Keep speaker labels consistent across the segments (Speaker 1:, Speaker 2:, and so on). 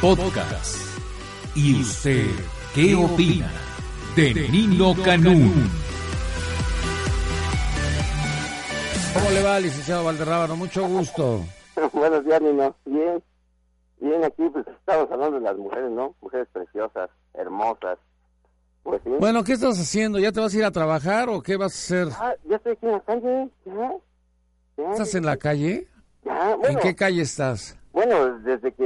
Speaker 1: Podcast. ¿Y usted qué opina de Nino Canún?
Speaker 2: ¿Cómo le va, licenciado Valderrábano? Mucho gusto.
Speaker 3: Buenos días, Nino. Bien, bien, aquí pues estamos hablando de las mujeres, ¿no? Mujeres preciosas, hermosas. Pues sí.
Speaker 2: Bueno, ¿qué estás haciendo? ¿Ya te vas a ir a trabajar o qué vas a hacer?
Speaker 3: Ah, yo estoy aquí en la calle, ya. ya,
Speaker 2: ¿Estás en la calle?
Speaker 3: ya, bueno,
Speaker 2: ¿En qué calle estás?
Speaker 3: bueno, desde que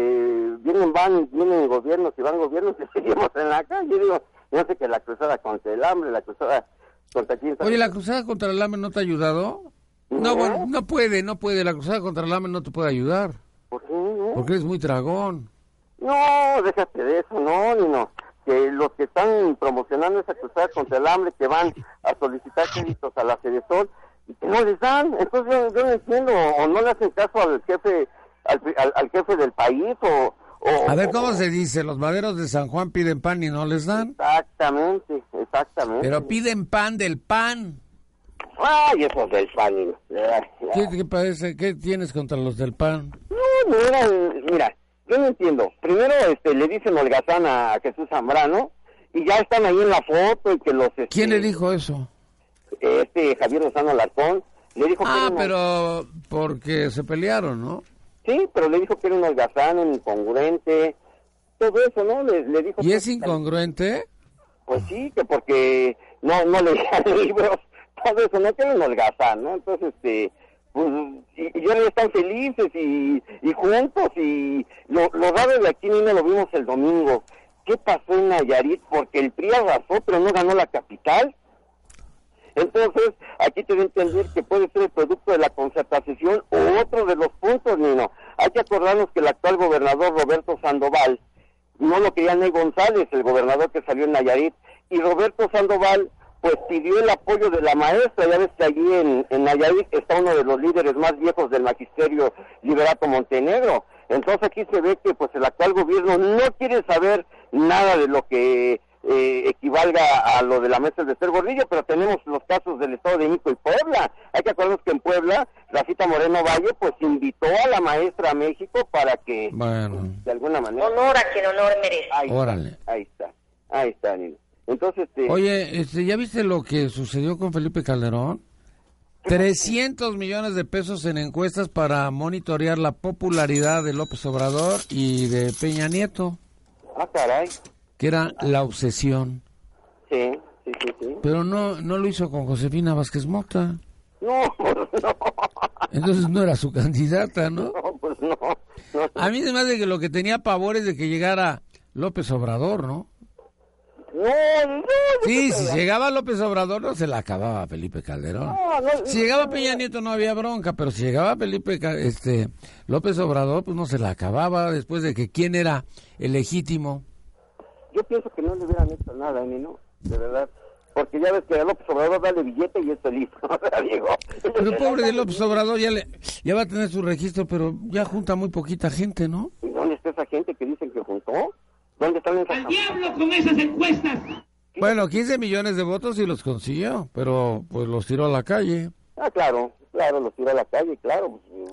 Speaker 3: vienen, van, vienen gobiernos y van gobiernos, y seguimos en la calle. Digo, yo sé que la cruzada contra el hambre, la cruzada contra quién sabe
Speaker 2: Oye, ¿la cruzada contra el hambre no te ha ayudado? No,
Speaker 3: No.
Speaker 2: bueno, no puede, no puede. La cruzada contra el hambre no te puede ayudar.
Speaker 3: por qué, ¿no?
Speaker 2: Porque eres muy dragón.
Speaker 3: No, déjate de eso, no, Nino. Que los que están promocionando esa cruzada contra el hambre, que van a solicitar créditos a la Sol y que no les dan. Entonces yo, yo no entiendo, o no le hacen caso al jefe, al, al- al jefe del país, o... o-
Speaker 2: A ver,
Speaker 3: o-
Speaker 2: ¿cómo se dice? Los maderos de San Juan piden pan y no les dan.
Speaker 3: Exactamente, exactamente.
Speaker 2: Pero piden pan del pan.
Speaker 3: Ay, esos del pan, Nino. Ay, ay.
Speaker 2: ¿Qué, qué parece? ¿Qué tienes contra los del pan?
Speaker 3: No, no eran, mira, yo no entiendo. Primero este, le dicen holgazán a Jesús Zambrano, y ya están ahí en la foto, y que los... este,
Speaker 2: ¿Quién le dijo eso?
Speaker 3: este Javier Lozano Alarcón le dijo que
Speaker 2: Ah,
Speaker 3: era una-
Speaker 2: pero porque se pelearon, ¿no?
Speaker 3: sí pero le dijo que era un holgazán un incongruente todo eso no le, le dijo
Speaker 2: Y
Speaker 3: que-
Speaker 2: es incongruente.
Speaker 3: pues sí que porque no no leía libros todo eso no que era un holgazán no entonces este pues y, y ahora ya están felices y, y juntos y lo, lo raro de aquí no lo vimos el domingo qué pasó en Nayarit porque el PRI arrasó pero no ganó la capital Entonces, aquí te a entender que puede ser el producto de la concertación o otro de los puntos, Nino. Hay que acordarnos que el actual gobernador Roberto Sandoval, no lo quería Ney González, el gobernador que salió en Nayarit, y Roberto Sandoval, pues pidió el apoyo de la maestra. Ya ves que allí en, en Nayarit está uno de los líderes más viejos del magisterio, Liberato Montenegro. Entonces aquí se ve que pues el actual gobierno no quiere saber nada de lo que eh, equivalga a lo de la mesa de Esther Gordillo, pero tenemos los casos del Estado de México y Puebla. Hay que acordarnos que en Puebla, Rafita Moreno Valle, pues invitó a la maestra a México para que,
Speaker 2: Bueno,
Speaker 3: de alguna manera...
Speaker 4: Honor a quien honor merece.
Speaker 3: Ahí, está,
Speaker 2: órale.
Speaker 3: ahí está, ahí está, Nino. Entonces, este,
Speaker 2: Oye, este, ¿ya viste lo que sucedió con Felipe Calderón? 300 millones de pesos en encuestas para monitorear la popularidad de López Obrador y de Peña Nieto,
Speaker 3: ah, caray,
Speaker 2: que era la obsesión.
Speaker 3: sí, sí, sí, sí.
Speaker 2: Pero no, no lo hizo con Josefina Vázquez Mota.
Speaker 3: No, pues no,
Speaker 2: Entonces no era su candidata, ¿no?
Speaker 3: no, pues no, no,
Speaker 2: A mí se me hace que lo que tenía pavor es de que llegara López Obrador, ¿no?
Speaker 3: no, no,
Speaker 2: Sí, si llegaba López Obrador no se la acababa Felipe Calderón.
Speaker 3: no, no,
Speaker 2: Si llegaba Peña Nieto no había bronca, pero si llegaba Felipe Ca- este López Obrador pues no se la acababa después de que quién era el legítimo.
Speaker 3: yo pienso que no le hubieran hecho nada, Nino, de verdad. Porque ya ves que a López Obrador dale billete y es feliz, o sea, digo.
Speaker 2: Pero pobre de López Obrador ya le ya va a tener su registro, pero ya junta muy poquita gente, ¿no?
Speaker 3: ¿Y dónde está esa gente que dicen que juntó? ¿Dónde están esas
Speaker 5: ¡Al diablo con esas encuestas!
Speaker 2: Bueno, 15 millones de votos y los consiguió, pero pues los tiró a la calle.
Speaker 3: Ah, claro, claro, los tiró a la calle, claro. pues,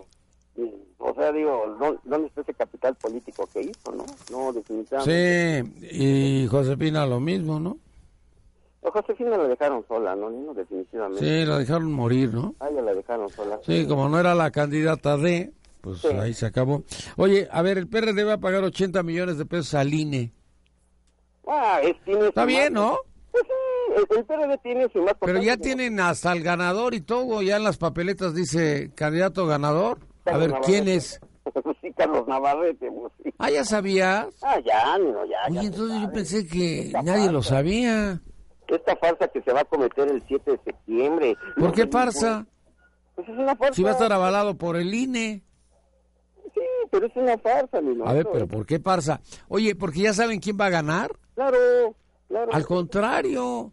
Speaker 3: y- y, o sea, digo, ¿dó- ¿dónde está ese capital político que hizo, no? No, definitivamente.
Speaker 2: Sí, y Josefina lo mismo, ¿no?
Speaker 3: A Josefina la dejaron sola, ¿no? Nino? definitivamente.
Speaker 2: Sí, la dejaron morir, ¿no?
Speaker 3: Ah, ya la dejaron sola.
Speaker 2: Sí, como no era la candidata de, pues
Speaker 3: Sí.
Speaker 2: ahí se acabó. Oye, a ver, el PRD va a pagar 80 millones de pesos al E. INE.
Speaker 3: Ah, es, tiene
Speaker 2: Está
Speaker 3: su
Speaker 2: bien,
Speaker 3: más-
Speaker 2: ¿no?
Speaker 3: Pues sí, el, el PRD tiene su Pues, más
Speaker 2: Pero ya
Speaker 3: constante-
Speaker 2: tienen hasta el ganador y todo, ya en las papeletas dice candidato ganador. A
Speaker 3: Carlos
Speaker 2: ver,
Speaker 3: Navarrete.
Speaker 2: ¿quién es?
Speaker 3: Pues sí, Carlos Navarrete, pues sí.
Speaker 2: Ah, ya sabías.
Speaker 3: Ah, ya, Nino, ya. ya
Speaker 2: Oye,
Speaker 3: se
Speaker 2: entonces yo
Speaker 3: sabe.
Speaker 2: pensé que
Speaker 3: Esta
Speaker 2: nadie lo
Speaker 3: farsa,
Speaker 2: sabía.
Speaker 3: Esta farsa que se va a cometer el 7 de septiembre.
Speaker 2: ¿Por qué farsa?
Speaker 3: Pues es una farsa.
Speaker 2: Si va a estar avalado por el INE.
Speaker 3: Sí, pero es una farsa, Nino.
Speaker 2: A ver,
Speaker 3: Eso-
Speaker 2: pero pues, ¿por qué farsa? Oye, porque ya saben quién va a ganar.
Speaker 3: Claro, claro.
Speaker 2: Al contrario.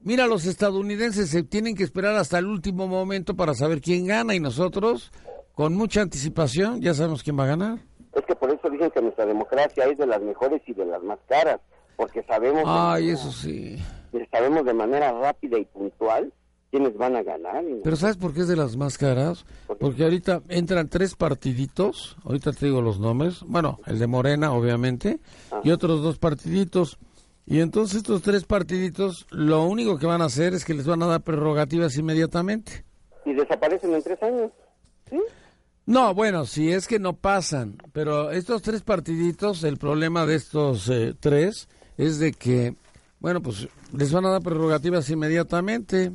Speaker 2: Mira, los estadounidenses se tienen que esperar hasta el último momento para saber quién gana y nosotros, con mucha anticipación, ya sabemos quién va a ganar.
Speaker 3: Es que por eso dicen que nuestra democracia es de las mejores y de las más
Speaker 2: Ah.
Speaker 3: caras, porque sabemos,
Speaker 2: Ay, eso sí.
Speaker 3: sabemos de manera rápida y puntual quiénes van a ganar. y no.
Speaker 2: Pero ¿sabes por qué es de las más caras? Porque ahorita entran tres partiditos, ahorita te digo los nombres, bueno, el de Morena, obviamente, y otros dos partiditos. Y entonces estos tres partiditos, lo único que van a hacer es que les van a dar prerrogativas inmediatamente.
Speaker 3: Y desaparecen en tres años. ¿Sí?
Speaker 2: No, bueno, si es que no pasan, pero estos tres partiditos, el problema de estos eh, tres es de que, bueno, pues les van a dar prerrogativas inmediatamente.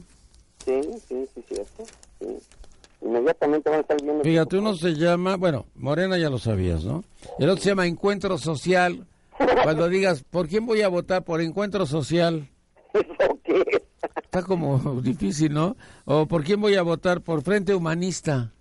Speaker 3: Sí, sí, sí, cierto. Sí. Inmediatamente van a estar viendo.
Speaker 2: Fíjate, uno se llama, bueno, Morena ya lo sabías, ¿no? El otro se llama Encuentro Social. Cuando digas, ¿por quién voy a votar? Por Encuentro Social.
Speaker 3: ¿Eso qué?
Speaker 2: Está como difícil, ¿no? O ¿por quién voy a votar? Por Frente Humanista.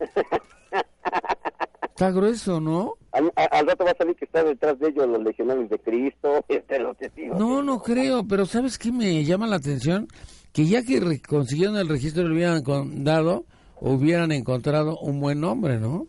Speaker 2: Está grueso, ¿no?
Speaker 3: Al, a- al rato va a salir que está detrás de ellos los legionarios de Cristo, este, los testigos.
Speaker 2: No, no creo, pero ¿sabes qué me llama la atención? Que ya que re- consiguieron el registro, le hubieran con- dado, hubieran encontrado un buen nombre, ¿no?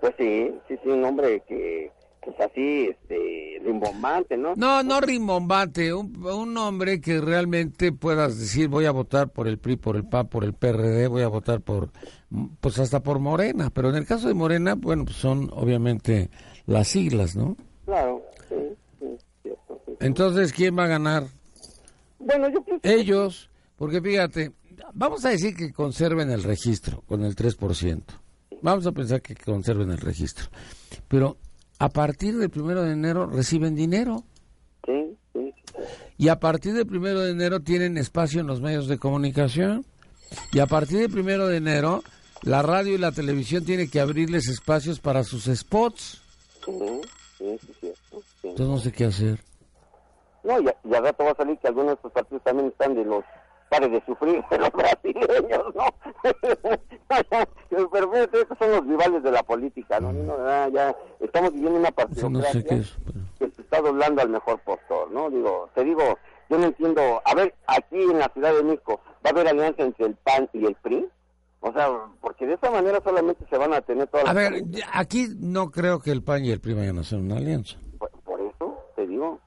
Speaker 3: Pues sí, sí, sí, un hombre que, que es así, este, rimbombante, ¿no?
Speaker 2: No, no rimbombante, un, un hombre que realmente puedas decir voy a votar por el PRI, por el PA, por el PRD, voy a votar por, mm, pues hasta por Morena, pero en el caso de Morena, bueno, pues son obviamente las siglas, ¿no?
Speaker 3: Claro, sí, sí, cierto. sí.
Speaker 2: Entonces, ¿quién va a ganar?
Speaker 3: Bueno, yo pienso
Speaker 2: Ellos, porque fíjate, vamos a decir que conserven el registro con el 3%. Vamos a pensar que conserven el registro. Pero a partir del primero de enero reciben dinero.
Speaker 3: sí, sí, sí, sí.
Speaker 2: Y a partir del primero de enero tienen espacio en los medios de comunicación. Y a partir del primero de enero, la radio y la televisión tienen que abrirles espacios para sus spots.
Speaker 3: sí, sí, sí, cierto, sí.
Speaker 2: Entonces no sé qué hacer.
Speaker 3: No, y, a- y al rato va a salir que algunos de estos partidos también están de los pares de sufrir de los brasileños, ¿no? Pero fíjate, estos son los rivales de la política, ¿no? No, ah, ya estamos viviendo una
Speaker 2: Mm. Eso
Speaker 3: partida
Speaker 2: no sé qué es. pero-
Speaker 3: que se está doblando al mejor postor, ¿no? Digo, te digo, yo no entiendo, a ver, aquí en la Ciudad de México, ¿va a haber alianza entre el PAN y el PRI? O sea, porque de esa manera solamente se van a tener todas
Speaker 2: A
Speaker 3: las-
Speaker 2: ver, ya- aquí no creo que el PAN y el PRI vayan a hacer una alianza.
Speaker 3: Por, por eso te digo,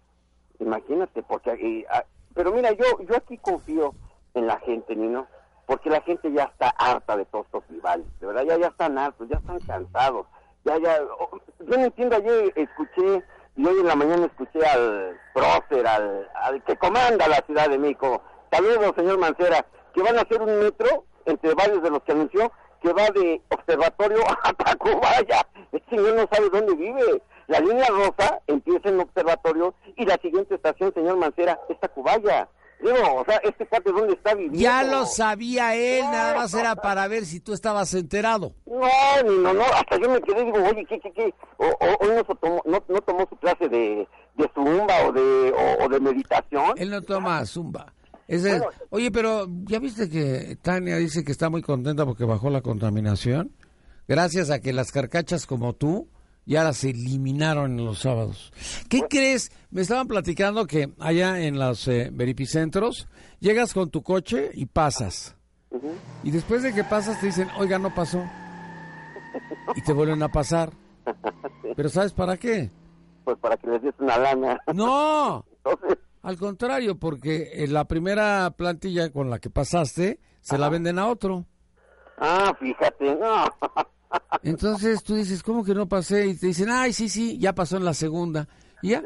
Speaker 3: imagínate, porque... y, ah, pero mira, yo, yo aquí confío en la gente, Nino, porque la gente ya está harta de todos estos rivales, de verdad, ya, ya están hartos, ya están cansados, ya, ya... oh, yo no entiendo, ayer escuché, y hoy en la mañana escuché al prócer, al, al que comanda la Ciudad de México, saludos, señor Mancera, que van a hacer un metro entre varios de los que anunció, que va de observatorio a Tacubaya. Este señor no sabe dónde vive. La línea rosa empieza en observatorio y la siguiente estación, señor Mancera, es Tacubaya. Digo, o sea, este cuate dónde está viviendo.
Speaker 4: Ya lo sabía él, nada más era para ver si tú estabas enterado.
Speaker 3: No, ni- no, no, hasta yo me quedé digo, oye, ¿qué, qué, qué? O, o- hoy no, se tomó, no, no tomó su clase de, de zumba o de, o, o de meditación.
Speaker 2: Él no toma zumba. Ese es-
Speaker 3: Bueno.
Speaker 2: Oye, pero ya viste que Tania dice que está muy contenta porque bajó la contaminación. Gracias a que las carcachas como tú ya las eliminaron en los sábados. ¿Qué crees? Me estaban platicando que allá en los eh, verificentros llegas con tu coche y pasas. Y después de que pasas te dicen, oiga, no pasó. Y te vuelven a pasar. ¿Pero sabes para qué?
Speaker 3: Pues para que les des una lana.
Speaker 2: No,
Speaker 3: Entonces,
Speaker 2: al contrario, porque eh, la primera plantilla con la que pasaste se la venden a otro.
Speaker 3: ah, fíjate, no.
Speaker 2: Entonces tú dices, ¿cómo que no pasé? Y te dicen, ay, sí, sí, ya pasó en la segunda. Y ya,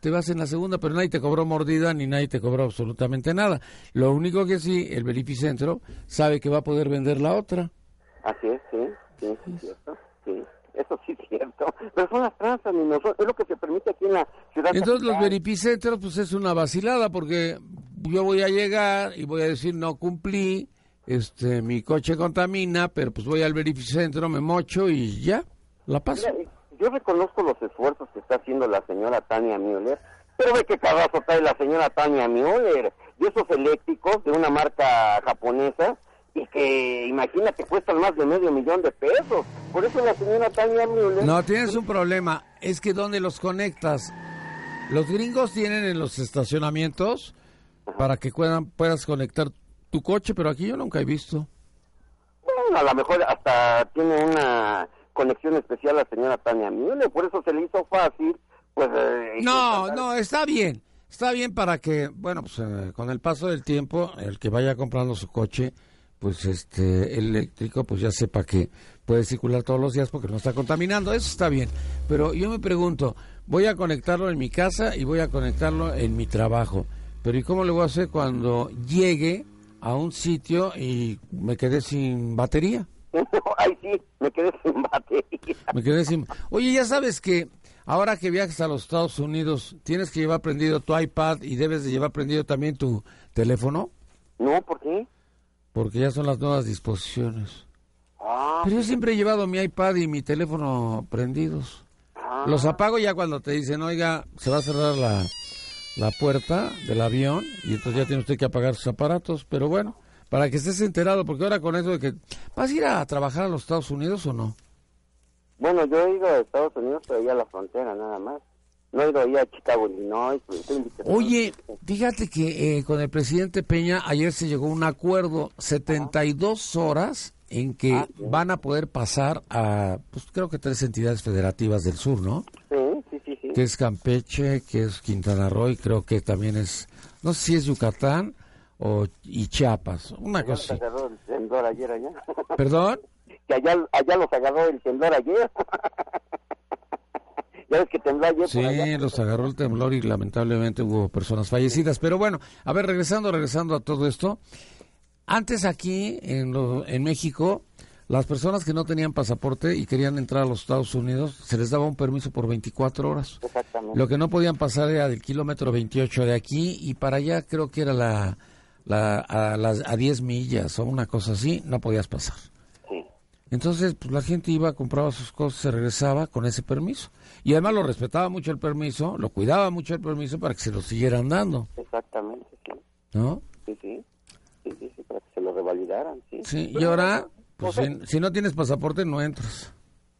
Speaker 2: te vas en la segunda, pero nadie te cobró mordida ni nadie te cobró absolutamente nada. Lo único que sí, el verificentro sabe que va a poder vender la otra.
Speaker 3: Así es, sí, sí, sí, es cierto, sí, eso sí es cierto. Pero son las tranzas, niño, son- es lo que se permite aquí en la ciudad.
Speaker 2: Entonces los
Speaker 3: capital.
Speaker 2: verificentros, pues es una vacilada, porque yo voy a llegar y voy a decir, no cumplí, este, mi coche contamina, pero pues voy al verificentro, me mocho y ya, la paso.
Speaker 3: Mira, Yo reconozco los esfuerzos que está haciendo la señora Tania Müller, pero ve qué carrazo trae la señora Tania Müller, de esos eléctricos de una marca japonesa y que, imagínate, cuestan más de medio millón de pesos. Por eso la señora Tania Müller...
Speaker 2: No, tienes un problema, es que ¿dónde los conectas? Los gringos tienen en los estacionamientos para que puedan, puedas conectar tu coche, pero aquí yo nunca he visto.
Speaker 3: Bueno, a lo mejor hasta tiene una conexión especial la señora Tania Müller, por eso se le hizo fácil, pues... eh,
Speaker 2: No,
Speaker 3: contratar-
Speaker 2: no, está bien. Está bien para que, bueno, pues eh, con el paso del tiempo, el que vaya comprando su coche, pues este el eléctrico pues ya sepa que puede circular todos los días porque no está contaminando, eso está bien. Pero yo me pregunto, voy a conectarlo en mi casa y voy a conectarlo en mi trabajo. Pero ¿y cómo le voy a hacer cuando llegue a un sitio y me quedé sin batería?
Speaker 3: Ay, sí, me quedé sin batería.
Speaker 2: Me quedé sin... Oye, ya sabes que ahora que viajes a los Estados Unidos, ¿tienes que llevar prendido tu iPad y debes de llevar prendido también tu teléfono?
Speaker 3: No, ¿por qué?
Speaker 2: Porque ya son las nuevas disposiciones.
Speaker 3: Ah,
Speaker 2: Pero yo siempre he llevado mi iPad y mi teléfono prendidos.
Speaker 3: ah,
Speaker 2: Los apago ya cuando te dicen, oiga, se va a cerrar la, la puerta del avión y entonces ya tiene usted que apagar sus aparatos. Pero bueno, para que estés enterado, porque ahora con eso de que... ¿Vas a ir a trabajar a los Estados Unidos o no?
Speaker 3: Bueno, yo he ido a Estados Unidos, pero ya a la frontera nada más. No he ido ahí a Chicago, Illinois. pues, estoy invitado.
Speaker 2: Oye, fíjate que eh, con el presidente Peña ayer se llegó a un acuerdo, 72 horas en que van a poder pasar a, pues creo que tres entidades federativas del sur, ¿no?
Speaker 3: Sí, sí, sí, sí.
Speaker 2: que es Campeche, que es Quintana Roo y creo que también es, no sé si es Yucatán o y Chiapas, una
Speaker 3: Ya los
Speaker 2: cosa. así.
Speaker 3: agarró el temblor ayer allá.
Speaker 2: Perdón,
Speaker 3: que allá, allá los agarró el temblor ayer. ya ves que tembló ayer
Speaker 2: sí,
Speaker 3: por allá.
Speaker 2: los agarró el temblor y lamentablemente hubo personas fallecidas. Pero bueno, a ver, regresando, regresando a todo esto, antes aquí en, lo- en México, las personas que no tenían pasaporte y querían entrar a los Estados Unidos, se les daba un permiso por 24 horas.
Speaker 3: Exactamente.
Speaker 2: Lo que no podían pasar era del kilómetro 28 de aquí y para allá creo que era la, la- a, las, a 10 millas o una cosa así, no podías pasar.
Speaker 3: Sí.
Speaker 2: Entonces pues, la gente iba, compraba sus cosas, se regresaba con ese permiso. Y además lo respetaba mucho el permiso, lo cuidaba mucho el permiso para que se lo siguieran dando,
Speaker 3: Exactamente, sí.
Speaker 2: ¿no?
Speaker 3: Sí, sí. Sí, sí, sí, para que se lo revalidaran, sí.
Speaker 2: Sí, y ahora, pues,
Speaker 3: O sea,
Speaker 2: si, si no tienes pasaporte no entras.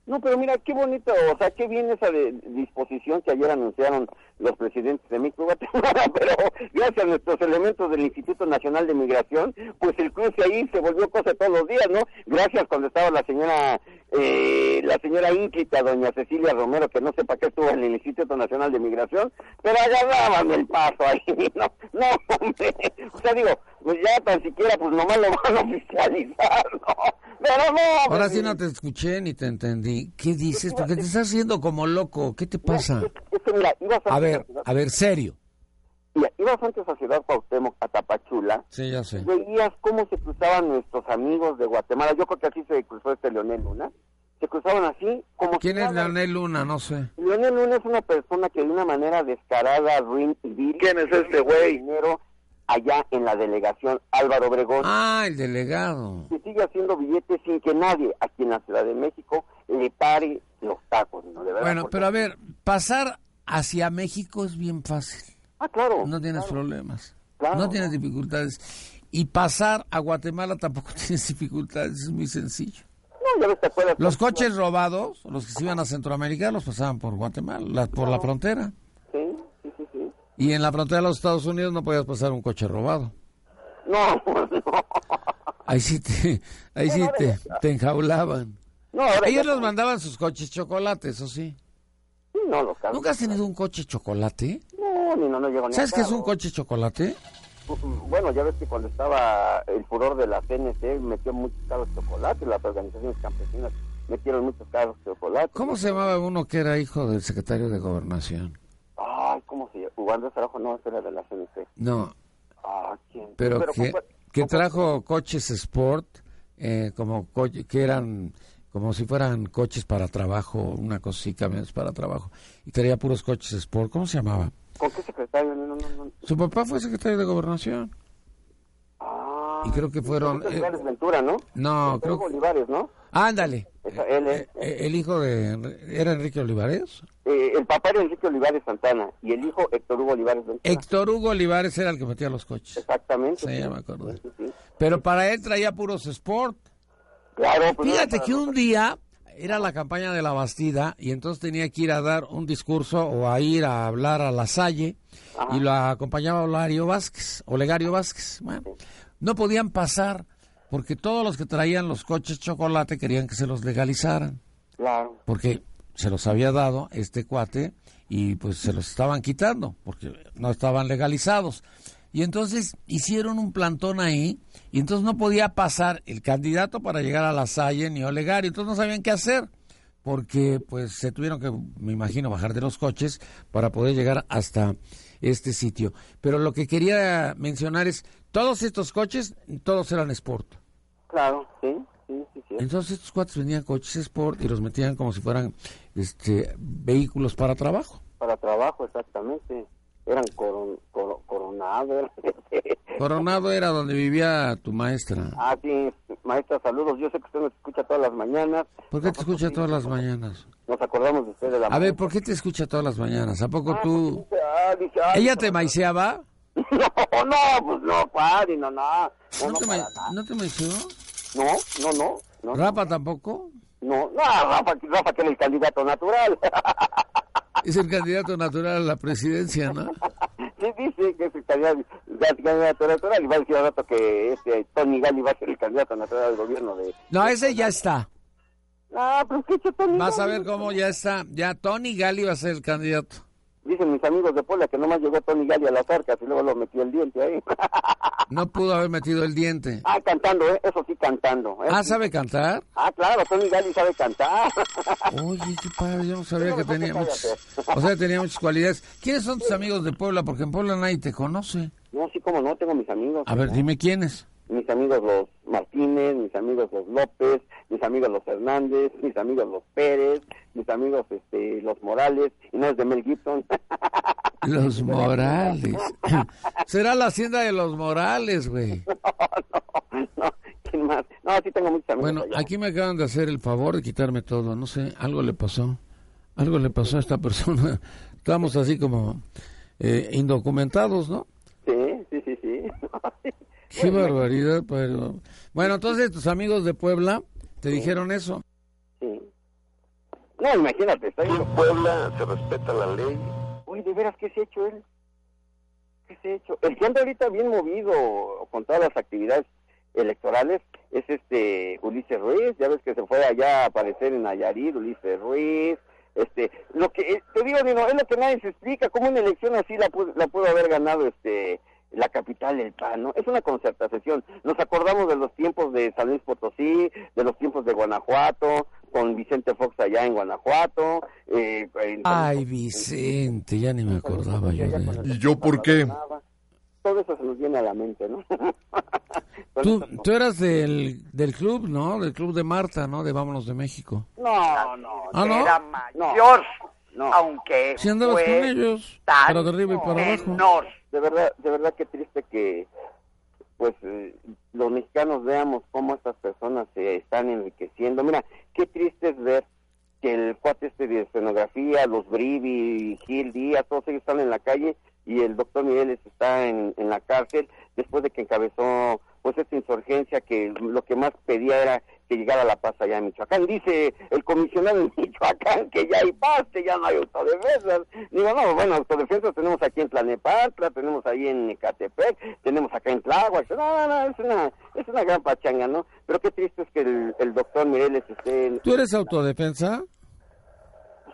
Speaker 3: No, pero mira, qué bonito, o sea, qué bien esa de- disposición que ayer anunciaron los presidentes de México y Guatemala, pero gracias a nuestros elementos del Instituto Nacional de Migración, pues el cruce ahí se volvió cosa todos los días, ¿no? Gracias cuando estaba la señora, eh, la señora ínclita, doña Cecilia Romero, que no sé para qué estuvo en el Instituto Nacional de Migración, pero agarraban el paso ahí, ¿no? No, hombre, o sea, digo, pues ya tan siquiera, pues nomás lo van a oficializar, ¿no? Pero no,
Speaker 2: Ahora
Speaker 3: hombre.
Speaker 2: sí no te escuché ni te entendí. ¿Qué dices? Porque te estás haciendo como loco. ¿Qué te pasa?
Speaker 3: pues, Es que mira, ibas antes
Speaker 2: A ver,
Speaker 3: Ciudad-
Speaker 2: a ver, serio.
Speaker 3: mira, ibas antes a Ciudad Cuauhtémoc, a Tapachula,
Speaker 2: Sí, ya sé.
Speaker 3: veías cómo se cruzaban nuestros amigos de Guatemala. Yo creo que así se cruzó este Leonel Luna. Se cruzaban así, como
Speaker 2: ¿Quién
Speaker 3: si
Speaker 2: es
Speaker 3: nada.
Speaker 2: Leonel Luna? No sé.
Speaker 3: Leonel Luna es una persona que de una manera descarada, ruin y vil.
Speaker 6: ¿Quién es este güey?
Speaker 3: Dinero allá en la delegación Álvaro Obregón.
Speaker 2: Ah, el delegado.
Speaker 3: que sigue haciendo billetes sin que nadie aquí en la Ciudad de México le pare los tacos, ¿no? De verdad,
Speaker 2: Bueno,
Speaker 3: porque-
Speaker 2: pero a ver, pasar hacia México es bien fácil.
Speaker 3: Ah, claro.
Speaker 2: No tienes
Speaker 3: claro.
Speaker 2: problemas.
Speaker 3: Claro.
Speaker 2: No tienes dificultades. Y pasar a Guatemala tampoco tienes dificultades. Es muy sencillo.
Speaker 3: No, ya ves, ¿te acuerdas?
Speaker 2: Los coches robados, los que se iban a Centroamérica, los pasaban por Guatemala, la- por la frontera.
Speaker 3: Sí, sí, sí, sí.
Speaker 2: Y en la frontera de los Estados Unidos no podías pasar un coche robado.
Speaker 3: No, no.
Speaker 2: Ahí sí te, ahí sí te, te enjaulaban.
Speaker 3: No, ahora
Speaker 2: Ellos
Speaker 3: ya-
Speaker 2: los mandaban sus coches chocolates, eso sí.
Speaker 3: Sí, No, los carros.
Speaker 2: ¿Nunca has tenido un coche chocolate?
Speaker 3: No, ni no, no llego ni
Speaker 2: ¿Sabes
Speaker 3: a
Speaker 2: qué es un
Speaker 3: carro.
Speaker 2: coche chocolate?
Speaker 3: Bueno, ya ves que cuando estaba el furor de la CNC metió muchos carros de chocolate, las organizaciones campesinas metieron muchos carros de chocolate.
Speaker 2: ¿Cómo se llamaba uno que era hijo del secretario de gobernación?
Speaker 3: Ay, ¿cómo se llama? Hugo Andrés Araujo, no, ese era de la CNC.
Speaker 2: No,
Speaker 3: Ah, ¿quién?
Speaker 2: pero, que,
Speaker 3: ¿cómo fue?
Speaker 2: que trajo coches sport, eh, como co- que eran como si fueran coches para trabajo, una cosita camiones para trabajo. Y traía puros coches sport. ¿Cómo se llamaba?
Speaker 3: ¿Con qué secretario? No, no, no. no.
Speaker 2: Su papá fue secretario de gobernación.
Speaker 3: Ah.
Speaker 2: Y creo que fueron,
Speaker 3: Enrique
Speaker 2: eh,
Speaker 3: Olivares Ventura, ¿no?
Speaker 2: No,
Speaker 3: Enrique
Speaker 2: creo que...
Speaker 3: Olivares, ¿no?
Speaker 2: Ándale.
Speaker 3: Esa- él es-
Speaker 2: Eh, El hijo de... Enri- ¿Era Enrique Olivares?
Speaker 3: eh, el papá era Enrique Olivares Santana y el hijo Héctor Hugo Olivares Ventura.
Speaker 2: Héctor Hugo Olivares era el que metía los coches.
Speaker 3: Exactamente.
Speaker 2: Sí,
Speaker 3: sí.
Speaker 2: ya me acordé.
Speaker 3: Sí, sí.
Speaker 2: Pero para él traía puros sport.
Speaker 3: Claro, pues,
Speaker 2: Fíjate
Speaker 3: no,
Speaker 2: que un día era la campaña de la Bastida y entonces tenía que ir a dar un discurso o a ir a hablar a la Salle y lo acompañaba Olegario Vázquez, Olegario Vázquez. Bueno, no podían pasar porque todos los que traían los coches chocolate querían que se los legalizaran
Speaker 3: Claro.
Speaker 2: porque se los había dado este cuate y pues se los estaban quitando porque no estaban legalizados. Y entonces hicieron un plantón ahí y entonces no podía pasar el candidato para llegar a la Salle ni Olegario. Entonces no sabían qué hacer porque pues se tuvieron que, me imagino, bajar de los coches para poder llegar hasta este sitio. Pero lo que quería mencionar es, todos estos coches, todos eran Sport.
Speaker 3: Claro, sí, sí, sí. sí.
Speaker 2: Entonces estos cuates vendían coches Sport y los metían como si fueran este, vehículos para trabajo.
Speaker 3: Para trabajo, exactamente. Eran coron, coro- coronado. eran-
Speaker 2: Coronado era donde vivía tu maestra.
Speaker 3: ah, sí, maestra, saludos. Yo sé que usted nos escucha todas las mañanas.
Speaker 2: ¿Por qué te escucha todas las mañanas?
Speaker 3: Nos acordamos de usted de la
Speaker 2: A ver, ¿por qué te escucha todas las mañanas? ¿A poco tú?
Speaker 3: Ah, dije, ah,
Speaker 2: ¿Ella te maiceaba?
Speaker 3: No, no, pues no, padre, no, no. No,
Speaker 2: ¿No
Speaker 3: no,
Speaker 2: te,
Speaker 3: para
Speaker 2: ma-
Speaker 3: nada.
Speaker 2: ¿no te maiceó?
Speaker 3: no, no, no, no, no,
Speaker 2: ¿Rapa tampoco?
Speaker 3: no, Rafa, Rafa que era el candidato natural.
Speaker 2: Es el candidato natural a la presidencia, ¿no?
Speaker 3: Sí, dice que es el candidato, el candidato natural y va a decir al rato que este Tony Gali va a ser el candidato natural del gobierno de...
Speaker 4: No, ese ya está.
Speaker 3: Ah, pero ¿qué hecho Tony
Speaker 2: Vas a
Speaker 3: Gali?
Speaker 2: ver cómo ya está. Ya Tony Gali va a ser el candidato.
Speaker 3: Dicen mis amigos de Puebla que nomás llegó Tony Gali a las arcas y luego lo metió el diente ahí.
Speaker 2: No pudo haber metido el diente.
Speaker 3: ah, cantando, ¿eh? eso sí, cantando. ¿eh?
Speaker 2: Ah, ¿sabe cantar?
Speaker 3: Ah, claro, Tony Gali sabe cantar.
Speaker 2: Oye, qué padre, yo no sabía
Speaker 3: Yo
Speaker 2: que
Speaker 3: mejor
Speaker 2: tenía
Speaker 3: que ¿eh?
Speaker 2: muchas...
Speaker 3: cállate.
Speaker 2: O sea, tenía muchas cualidades. ¿Quiénes son tus amigos de Puebla? Porque en Puebla nadie te conoce.
Speaker 3: no, sí, como no, tengo mis amigos.
Speaker 2: A ver, dime quiénes.
Speaker 3: mis amigos los Martínez, mis amigos los López, mis amigos los Hernández, mis amigos los Pérez, mis amigos este, los Morales, y no es de Mel Gibson.
Speaker 2: Los Morales. Será la hacienda de los Morales, güey.
Speaker 3: Pues no, ¿quién más? No, sí tengo muchos amigos.
Speaker 2: Bueno,
Speaker 3: allá.
Speaker 2: aquí me acaban de hacer el favor de quitarme todo. No sé, algo le pasó. Algo le pasó a esta persona. Estamos así como eh, indocumentados, ¿no?
Speaker 3: Sí, sí, sí, Pues sí.
Speaker 2: Qué barbaridad, pero... Bueno, entonces tus amigos de Puebla te dijeron eso.
Speaker 3: sí. No, imagínate, estoy...
Speaker 6: En Puebla se respeta la ley.
Speaker 3: Uy, de veras, ¿qué se ha hecho él? ¿Qué se ha hecho? El que anda ahorita bien movido con todas las actividades electorales es este Ulises Ruiz, ya ves que se fue allá a aparecer en Nayarit, Ulises Ruiz, este, lo que, eh, te digo, Dino, es lo que nadie se explica, cómo una elección así la, pu- la pudo haber ganado este la capital del PAN, ¿no? Es una concertación. Nos acordamos de los tiempos de San Luis Potosí, de los tiempos de Guanajuato, con Vicente Fox allá en Guanajuato. eh, en-
Speaker 2: Ay, Vicente, ya ni me acordaba yo de él.
Speaker 7: ¿Y yo por qué?
Speaker 3: Todo eso se nos viene a la mente, ¿no? Con
Speaker 2: Tú,
Speaker 3: esas-
Speaker 2: tú eras del, del club, ¿no? Del club de Marta, ¿no? De Vámonos de México.
Speaker 3: No, no.
Speaker 2: Ah, ¿no?
Speaker 8: Era mayor,
Speaker 3: No.
Speaker 8: aunque
Speaker 2: Si andabas con
Speaker 8: fue
Speaker 2: ellos,
Speaker 8: tan
Speaker 2: para arriba y para abajo.
Speaker 8: menor.
Speaker 3: De verdad, de verdad qué triste que pues eh, los mexicanos veamos cómo estas personas se están enriqueciendo. Mira, qué triste es ver que el cuate este de escenografía, los Brivi, Gil Díaz, todos ellos están en la calle y el doctor Mireles está en, en la cárcel después de que encabezó pues esta insurgencia que lo que más pedía era que llegara la paz allá en Michoacán. Dice el comisionado en Michoacán que ya hay paz, que ya no hay autodefensas. Digo, no, bueno, autodefensas tenemos aquí en Tlanepantla, tenemos ahí en Ecatepec, tenemos acá en Tláhuac. No, no, no, es una, es una gran pachanga, ¿no? Pero qué triste es que el, el doctor Mireles esté... en-
Speaker 2: ¿Tú eres autodefensa?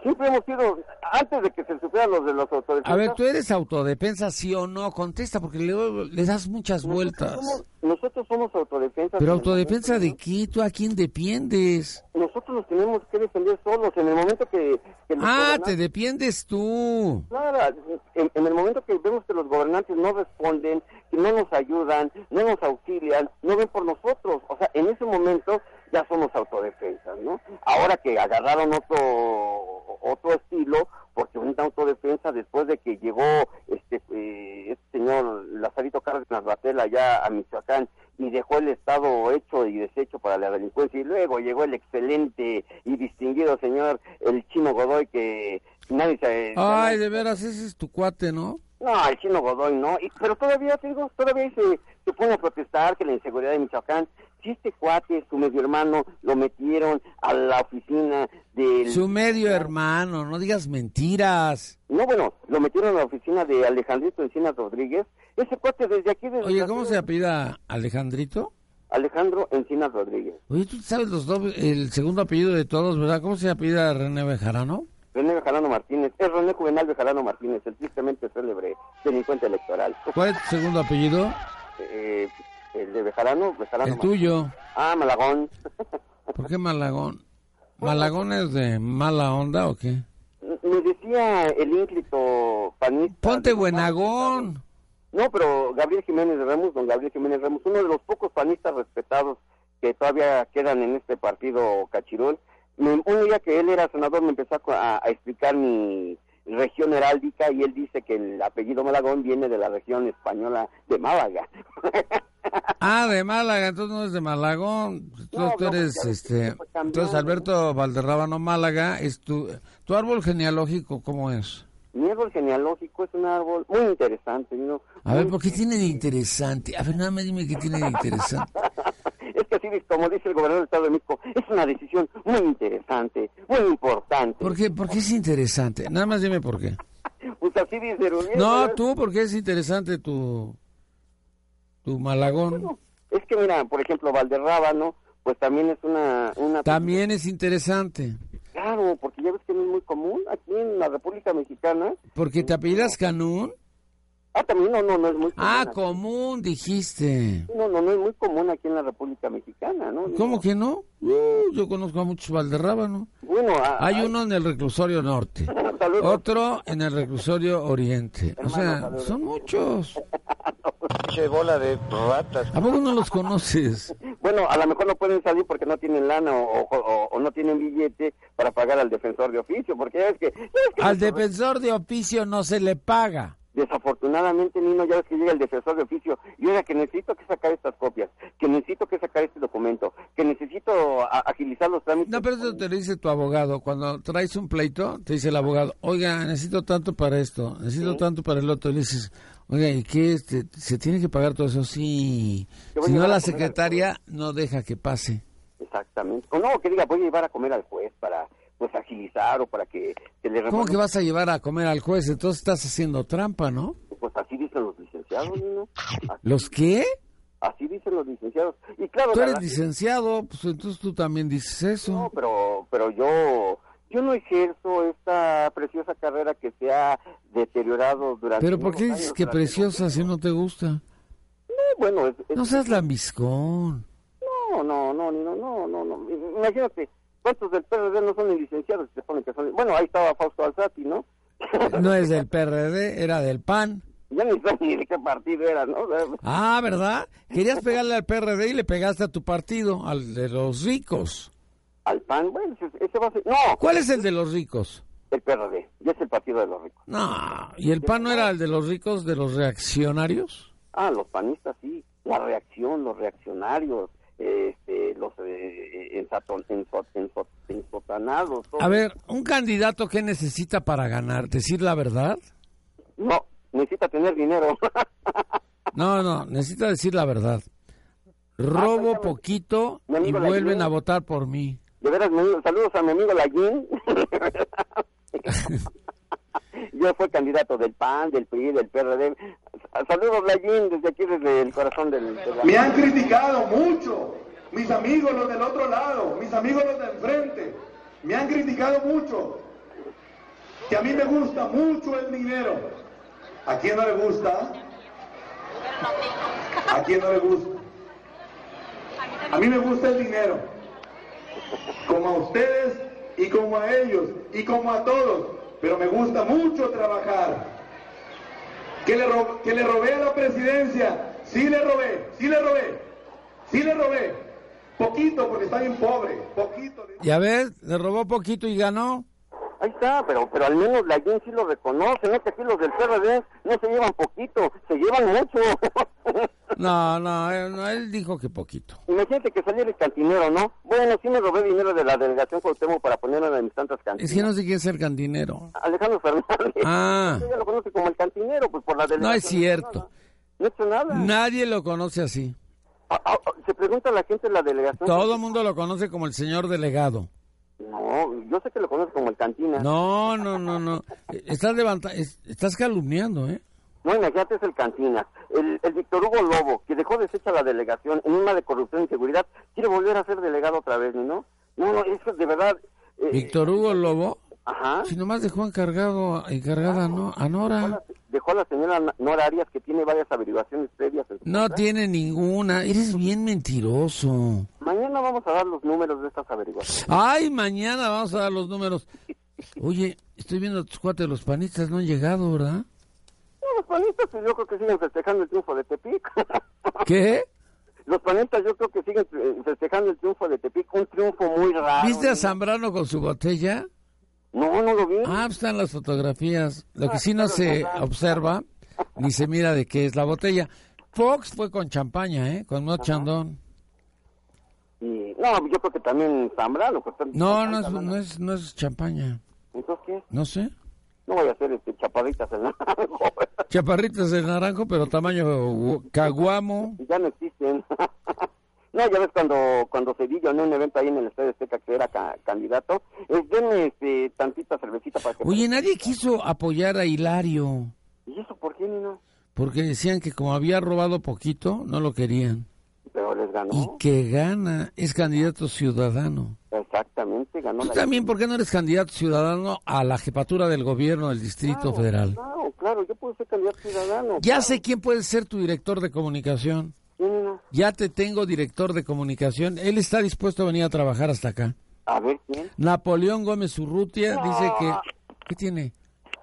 Speaker 3: Siempre hemos sido, antes de que se supieran los de los autodefensas...
Speaker 2: A ver, ¿tú eres autodefensa sí o no? Contesta, porque le, le das muchas vueltas.
Speaker 3: Nosotros somos, nosotros somos autodefensas.
Speaker 2: Pero
Speaker 3: en el
Speaker 2: autodefensa de
Speaker 3: momento,
Speaker 2: qué? ¿Tú a quién dependes?
Speaker 3: ¿no? Nosotros nos tenemos que defender solos en el momento que... que los
Speaker 2: Ah,
Speaker 3: gobernantes-
Speaker 2: te dependes tú.
Speaker 3: Claro, en, en el momento que vemos que los gobernantes no responden, que no nos ayudan, no nos auxilian, no ven por nosotros, o sea, en ese momento ya somos autodefensas, ¿no? Ahora que agarraron otro otro estilo, porque una autodefensa después de que llegó este, eh, este señor Lazarito Cárdenas Batel allá a Michoacán y dejó el Estado hecho y deshecho para la delincuencia y luego llegó el excelente y distinguido señor, el chino Godoy que nadie se...
Speaker 2: Ay, de veras, ese es tu cuate, ¿no?
Speaker 3: No, el chino Godoy no. Y- pero todavía, te digo, todavía se, se pone a protestar que la inseguridad de Michoacán. Si este cuate, su medio hermano, lo metieron a la oficina del...
Speaker 2: Su medio hermano, no digas mentiras.
Speaker 3: No, bueno, lo metieron a la oficina de Alejandrito Encinas Rodríguez. Ese cuate desde aquí... Desde
Speaker 2: Oye, ¿cómo se apellida Alejandrito?
Speaker 3: Alejandro Encinas Rodríguez.
Speaker 2: Oye, tú sabes los dos, el segundo apellido de todos, ¿verdad? ¿Cómo se apellida René Bejarano?
Speaker 3: René Bejarano Martínez, es René Juvenal Bejarano Martínez, el tristemente célebre delincuente electoral.
Speaker 2: ¿Cuál es tu segundo apellido?
Speaker 3: Eh, el de Bejarano, Bejarano
Speaker 2: El tuyo.
Speaker 3: Martínez. Ah, Malagón.
Speaker 2: ¿Por qué Malagón? ¿Malagón es de mala onda o qué?
Speaker 3: Me decía el ínclito panista.
Speaker 2: Ponte Buenagón.
Speaker 3: No, pero Gabriel Jiménez Ramos, don Gabriel Jiménez Ramos, uno de los pocos panistas respetados que todavía quedan en este partido cachirón. Me- un día que él era senador me empezó a, co- a- a explicar mi región heráldica y él dice que el apellido Malagón viene de la región española de Málaga.
Speaker 2: Ah, de Málaga, entonces no es de Malagón.
Speaker 3: No,
Speaker 2: Entonces tú
Speaker 3: no, pues,
Speaker 2: eres,
Speaker 3: ya ves que
Speaker 2: este,
Speaker 3: fue cambiando,
Speaker 2: entonces Alberto Valderrábano Málaga, es tu, tu árbol genealógico, ¿cómo es?
Speaker 3: mi árbol genealógico es un árbol muy interesante. ¿no?
Speaker 2: A ver,
Speaker 3: Muy-
Speaker 2: ¿por qué tiene de interesante? A ver, nada más dime qué tiene de interesante.
Speaker 3: Es que así, como dice el gobernador del Estado de México, es una decisión muy interesante, muy importante.
Speaker 2: ¿Por qué, por qué es interesante? Nada más dime por qué.
Speaker 3: Pues así dice Rubén,
Speaker 2: No,
Speaker 3: ¿verdad?
Speaker 2: tú, porque es interesante tu, tu Malagón.
Speaker 3: Es que mira, por ejemplo, Valderrábano, pues también es una... una
Speaker 2: También es interesante,
Speaker 3: Claro, porque ya ves que no es muy común aquí en la República Mexicana.
Speaker 2: porque te apellidas Canún.
Speaker 3: Ah, también no, no, no es muy común.
Speaker 2: Ah,
Speaker 3: aquí.
Speaker 2: común, dijiste.
Speaker 3: No, no, no es muy común aquí en la República Mexicana, ¿no?
Speaker 2: ¿Cómo que no? Uh, yo conozco a muchos Valderrábano.
Speaker 3: Bueno, a-
Speaker 2: Hay
Speaker 3: a-
Speaker 2: uno en el reclusorio norte,
Speaker 3: Saludos.
Speaker 2: otro en el reclusorio oriente. O sea, son muchos.
Speaker 6: Pinche bola de ratas.
Speaker 2: ¿A poco no los conoces?
Speaker 3: Bueno, a lo mejor no pueden salir porque no tienen lana o, o- o- o no tienen billete para pagar al defensor de oficio, porque ya ves que... ya ves que
Speaker 2: Al defensor de oficio no se le paga.
Speaker 3: Desafortunadamente, Nino, ya ves que llega el defensor de oficio y oiga que necesito que sacar estas copias, que necesito que sacar este documento, que necesito a- agilizar los trámites.
Speaker 2: No, pero eso te lo dice tu abogado. Cuando traes un pleito, te dice el abogado, oiga, necesito tanto para esto, necesito tanto para el otro. Y le dices, oiga, ¿y qué? Este, ¿Se tiene que pagar todo eso? Sí.
Speaker 3: Yo
Speaker 2: Si
Speaker 3: voy
Speaker 2: no,
Speaker 3: a llevar a
Speaker 2: la
Speaker 3: comer al
Speaker 2: secretaria no deja que pase.
Speaker 3: Exactamente. O no, que diga, voy a llevar a comer al juez para pues agilizar o para que se le
Speaker 2: ¿Cómo
Speaker 3: remueva.
Speaker 2: que vas a llevar a comer al juez? Entonces estás haciendo trampa, ¿no?
Speaker 3: Pues así dicen los licenciados, Nino. Así,
Speaker 2: ¿Los qué?
Speaker 3: así dicen los licenciados. Y claro,
Speaker 2: Tú
Speaker 3: la
Speaker 2: eres
Speaker 3: verdad-
Speaker 2: licenciado, pues entonces tú también dices
Speaker 3: No,
Speaker 2: eso.
Speaker 3: pero, pero yo, yo no ejerzo esta preciosa carrera que se ha deteriorado durante.
Speaker 2: Pero ¿por qué
Speaker 3: pues, unos
Speaker 2: dices
Speaker 3: años,
Speaker 2: que
Speaker 3: durante
Speaker 2: preciosa
Speaker 3: unos-
Speaker 2: si no te gusta?
Speaker 3: Eh, bueno, es- es-
Speaker 2: No seas lambiscón.
Speaker 3: no, no, no, Nino, no, no, no. Imagínate, ¿cuántos del PRD no son ni licenciados? Se supone que son- Bueno, ahí estaba Fausto Alzati, ¿no?
Speaker 2: No es del PRD, era del PAN.
Speaker 3: ya ni sé ni de qué partido era, ¿no?
Speaker 2: Ah, ¿verdad? Querías pegarle al PRD y le pegaste a tu partido, al de los ricos.
Speaker 3: Al PAN, bueno, ese, ese va a ser... No,
Speaker 2: ¿Cuál es el de los ricos?
Speaker 3: el PRD, ya es el partido de los ricos.
Speaker 2: No, ¿y el PAN no era el de los ricos, de los reaccionarios?
Speaker 3: Ah, los panistas sí, la reacción, los reaccionarios, este, los eh, ensaton- ensot- ensot- ensotanados. todo.
Speaker 2: A ver, un candidato que necesita para ganar, decir la verdad.
Speaker 3: No, necesita tener dinero.
Speaker 2: No, no, necesita decir la verdad. Robo poquito
Speaker 3: Mi
Speaker 2: y
Speaker 3: amigo Lainez.
Speaker 2: vuelven a votar por mí.
Speaker 3: de veras, mi amigo- saludos a mi amigo Laguín. Yo fui candidato del PAN, del PRI, del PRD. Saludos, Laguín, desde aquí, desde el corazón del... de la-
Speaker 7: Me han criticado mucho, mis amigos los del otro lado, mis amigos los de enfrente, me han criticado mucho, que a mí me gusta mucho el dinero. ¿A quién no le gusta? ¿A quién no le gusta? A mí me gusta el dinero, como a ustedes y como a ellos y como a todos, pero me gusta mucho trabajar que le, ro- que le robé a la presidencia. Sí le robé, sí le robé, sí le robé. Poquito, porque está bien pobre, poquito. le-
Speaker 2: Ya ves, le robó poquito y ganó.
Speaker 3: Ahí está, pero pero al menos la gente sí lo reconoce, ¿no? Que aquí los del PRD no se llevan poquito, se llevan mucho.
Speaker 2: No, no, eh, no, él dijo que poquito.
Speaker 3: Imagínate que saliera el cantinero, ¿no? Bueno, sí me robé dinero de la delegación Cuauhtémoc para ponerlo en mis tantas cantinas.
Speaker 2: Es que no sé quién es el cantinero.
Speaker 3: Alejandro Fernández.
Speaker 2: Ah.
Speaker 3: Ella lo conoce como el cantinero, pues por la delegación.
Speaker 2: No es cierto.
Speaker 3: No ha hecho nada.
Speaker 2: Nadie lo conoce así.
Speaker 3: Ah, ah, ah, se pregunta a la gente de la delegación.
Speaker 2: Todo el mundo lo conoce como el señor delegado.
Speaker 3: No, yo sé que lo conoce como el cantina.
Speaker 2: No, no, no, no. Estás levanta, es- estás calumniando, ¿eh?
Speaker 3: No, imagínate, es el Cantina. El, el Víctor Hugo Lobo, que dejó deshecha la delegación en un mal de corrupción y seguridad, quiere volver a ser delegado otra vez, ¿no? No, no, eso de verdad. eh,
Speaker 2: Víctor Hugo Lobo.
Speaker 3: Ajá.
Speaker 2: Si nomás dejó encargado, encargada ¿no? a
Speaker 3: Dejó a
Speaker 2: Nora.
Speaker 3: la- Dejó a la señora Nora Arias que tiene varias averiguaciones previas. en su
Speaker 2: No
Speaker 3: contra.
Speaker 2: tiene ninguna. Eres bien mentiroso.
Speaker 3: Mañana vamos a dar los números de estas averiguaciones.
Speaker 2: Ay, mañana vamos a dar los números. Oye, estoy viendo a tus cuates, los panistas no han llegado, ¿verdad?
Speaker 3: No, los panistas pues, yo creo que siguen festejando el triunfo de Tepic.
Speaker 2: ¿Qué?
Speaker 3: los panistas yo creo que siguen eh, festejando el triunfo de Tepic. Un triunfo muy raro.
Speaker 2: ¿Viste a
Speaker 3: ¿no?
Speaker 2: Zambrano con su botella?
Speaker 3: No, no lo vi.
Speaker 2: Ah, pues están las fotografías. Lo que sí no se observa ni se mira de qué es la botella. Fox fue con champaña, ¿eh? Con Mod Chandon.
Speaker 3: Y, no, yo creo que también Zambrano. pues, tan-
Speaker 2: No,
Speaker 3: tanta
Speaker 2: no es,
Speaker 3: lana.
Speaker 2: no, es, no es champaña.
Speaker 3: Entonces, ¿qué?
Speaker 2: No sé.
Speaker 3: No voy a hacer este, chaparritas en algo.
Speaker 2: Chaparritas de naranjo, pero tamaño gu- caguamo.
Speaker 3: ya no existen. no, ya ves cuando cuando Cedillo en un evento ahí en el Estadio Azteca que era ca- candidato, es denme este, tantita cervecita para que...
Speaker 2: Oye, nadie quiso apoyar a Hilario.
Speaker 3: ¿Y eso por qué, Nino?
Speaker 2: Porque decían que como había robado poquito, no lo querían.
Speaker 3: Pero les ganó.
Speaker 2: Y que gana, es candidato ciudadano.
Speaker 3: Exactamente, ganó
Speaker 2: Tú
Speaker 3: la...
Speaker 2: también, ¿por qué no eres candidato ciudadano a la jefatura del gobierno del Distrito
Speaker 3: Claro,
Speaker 2: Federal?
Speaker 3: Claro, claro, yo puedo ser candidato ciudadano.
Speaker 2: Ya sé quién puede ser tu director de comunicación.
Speaker 3: Sí, Nino.
Speaker 2: Ya te tengo director de comunicación. Él está dispuesto a venir a trabajar hasta acá.
Speaker 3: A ver quién.
Speaker 2: Napoleón Gómez Urrutia dice que... ¿Qué tiene?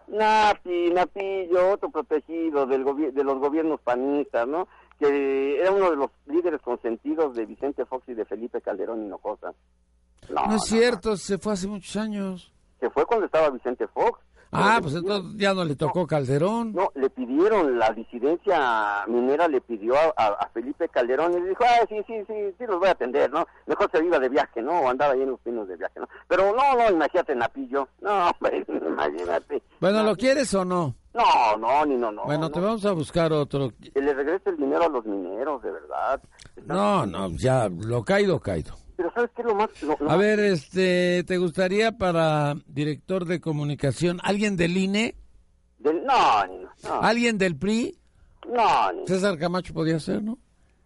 Speaker 3: Napi, Napillo, otro protegido del gobi- de los gobiernos panistas, ¿no? Que era uno de los líderes consentidos de Vicente Fox y de Felipe Calderón Hinojosa. No,
Speaker 2: No es cierto, se fue hace muchos años.
Speaker 3: Se fue cuando estaba Vicente Fox.
Speaker 2: Ah,
Speaker 3: Pero
Speaker 2: pues
Speaker 3: le
Speaker 2: entonces ya no le tocó Calderón.
Speaker 3: No, le pidieron, la disidencia minera le pidió a, a- a Felipe Calderón y le dijo, ah, sí, sí, sí, sí los voy a atender, ¿no? Mejor se iba de viaje, ¿no? O andaba ahí en los pinos de viaje, ¿no? Pero no, no, imagínate, Napillo. No, hombre, imagínate.
Speaker 2: Bueno, ¿lo quieres o no?
Speaker 3: No, no, ni no, no.
Speaker 2: Bueno,
Speaker 3: no.
Speaker 2: te vamos a buscar otro.
Speaker 3: Que le regrese el dinero a los mineros, de verdad. Están-
Speaker 2: No, no, ya, lo caído, caído.
Speaker 3: Pero ¿sabes qué es lo más...? lo- lo
Speaker 2: A
Speaker 3: más-
Speaker 2: ver, este, ¿te gustaría para director de comunicación alguien del INE?
Speaker 3: del- no, ni no, no,
Speaker 2: ¿Alguien del PRI?
Speaker 3: no, ni no.
Speaker 2: César Camacho podía ser, ¿no?